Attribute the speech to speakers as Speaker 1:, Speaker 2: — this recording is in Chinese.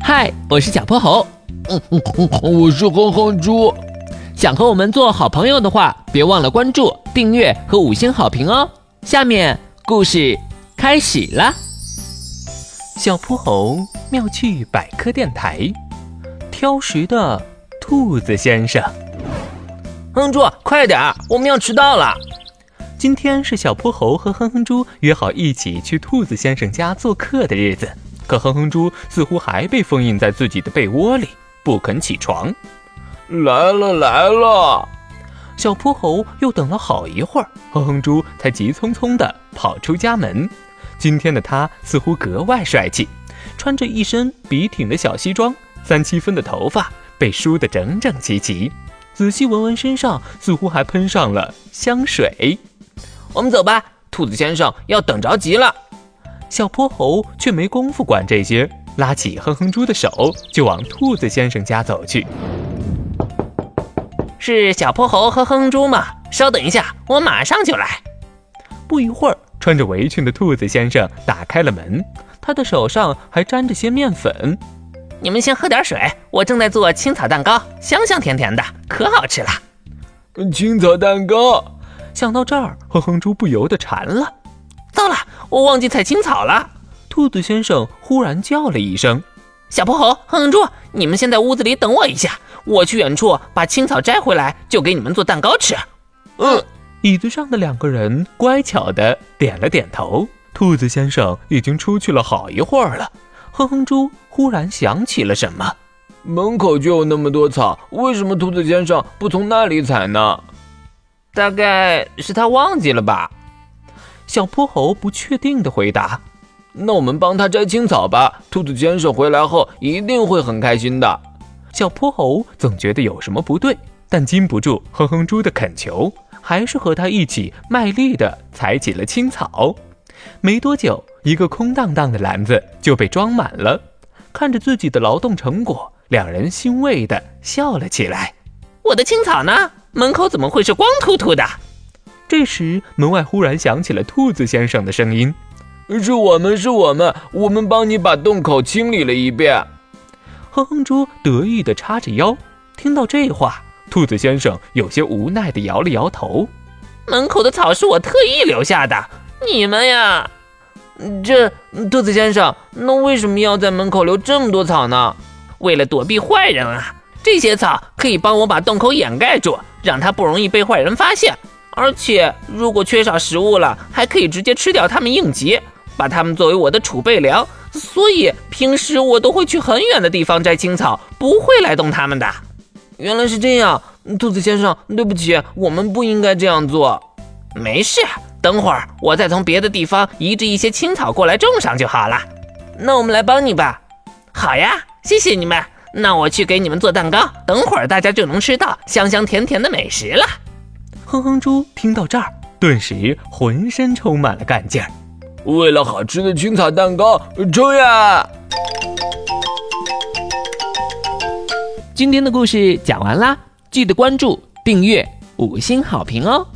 Speaker 1: 嗨，我是小泼猴。
Speaker 2: 嗯嗯嗯，我是哼哼猪。
Speaker 1: 想和我们做好朋友的话，别忘了关注、订阅和五星好评哦。下面故事开始啦！
Speaker 3: 小泼猴妙趣百科电台，挑食的兔子先生。
Speaker 4: 哼猪，快点儿，我们要迟到了。
Speaker 3: 今天是小泼猴和哼哼猪约好一起去兔子先生家做客的日子，可哼哼猪似乎还被封印在自己的被窝里，不肯起床。
Speaker 2: 来了来了，
Speaker 3: 小泼猴又等了好一会儿，哼哼猪才急匆匆地跑出家门。今天的他似乎格外帅气，穿着一身笔挺的小西装，三七分的头发被梳得整整齐齐。仔细闻闻，身上似乎还喷上了香水。
Speaker 4: 我们走吧，兔子先生要等着急了。
Speaker 3: 小泼猴却没工夫管这些，拉起哼哼猪的手就往兔子先生家走去。
Speaker 4: 是小泼猴和哼哼猪吗？稍等一下，我马上就来。
Speaker 3: 不一会儿，穿着围裙的兔子先生打开了门，他的手上还沾着些面粉。
Speaker 4: 你们先喝点水，我正在做青草蛋糕，香香甜甜的，可好吃了。
Speaker 2: 青草蛋糕。
Speaker 3: 想到这儿，哼哼猪不由得馋了。
Speaker 4: 糟了，我忘记采青草了。
Speaker 3: 兔子先生忽然叫了一声，
Speaker 4: 小泼猴、哼哼猪，你们先在屋子里等我一下，我去远处把青草摘回来，就给你们做蛋糕吃。
Speaker 2: 嗯，
Speaker 3: 椅子上的两个人乖巧的点了点头。兔子先生已经出去了好一会儿了。哼哼猪忽然想起了什么，
Speaker 2: 门口就有那么多草，为什么兔子先生不从那里采呢？
Speaker 4: 大概是他忘记了吧。
Speaker 3: 小泼猴不确定的回答。
Speaker 2: 那我们帮他摘青草吧，兔子先生回来后一定会很开心的。
Speaker 3: 小泼猴总觉得有什么不对，但禁不住哼哼猪的恳求，还是和他一起卖力地采起了青草。没多久，一个空荡荡的篮子就被装满了。看着自己的劳动成果，两人欣慰地笑了起来。
Speaker 4: 我的青草呢？门口怎么会是光秃秃的？
Speaker 3: 这时，门外忽然响起了兔子先生的声音。
Speaker 2: 是我们，是我们，我们帮你把洞口清理了一遍。
Speaker 3: 哼哼猪得意地叉着腰。听到这话，兔子先生有些无奈地摇了摇头。
Speaker 4: 门口的草是我特意留下的，你们呀，
Speaker 2: 这兔子先生，那为什么要在门口留这么多草呢？
Speaker 4: 为了躲避坏人啊。这些草可以帮我把洞口掩盖住，让它不容易被坏人发现。而且，如果缺少食物了，还可以直接吃掉它们应急，把它们作为我的储备粮。所以，平时我都会去很远的地方摘青草，不会来动它们的。
Speaker 2: 原来是这样，兔子先生，对不起，我们不应该这样做。
Speaker 4: 没事，等会儿我再从别的地方移植一些青草过来种上就好了。那我们来帮你吧。好呀，谢谢你们。那我去给你们做蛋糕，等会儿大家就能吃到香香甜甜的美食了。
Speaker 3: 哼哼猪听到这儿，顿时浑身充满了干劲儿。
Speaker 2: 为了好吃的青草蛋糕，冲呀！
Speaker 1: 今天的故事讲完啦，记得关注、订阅、五星好评哦。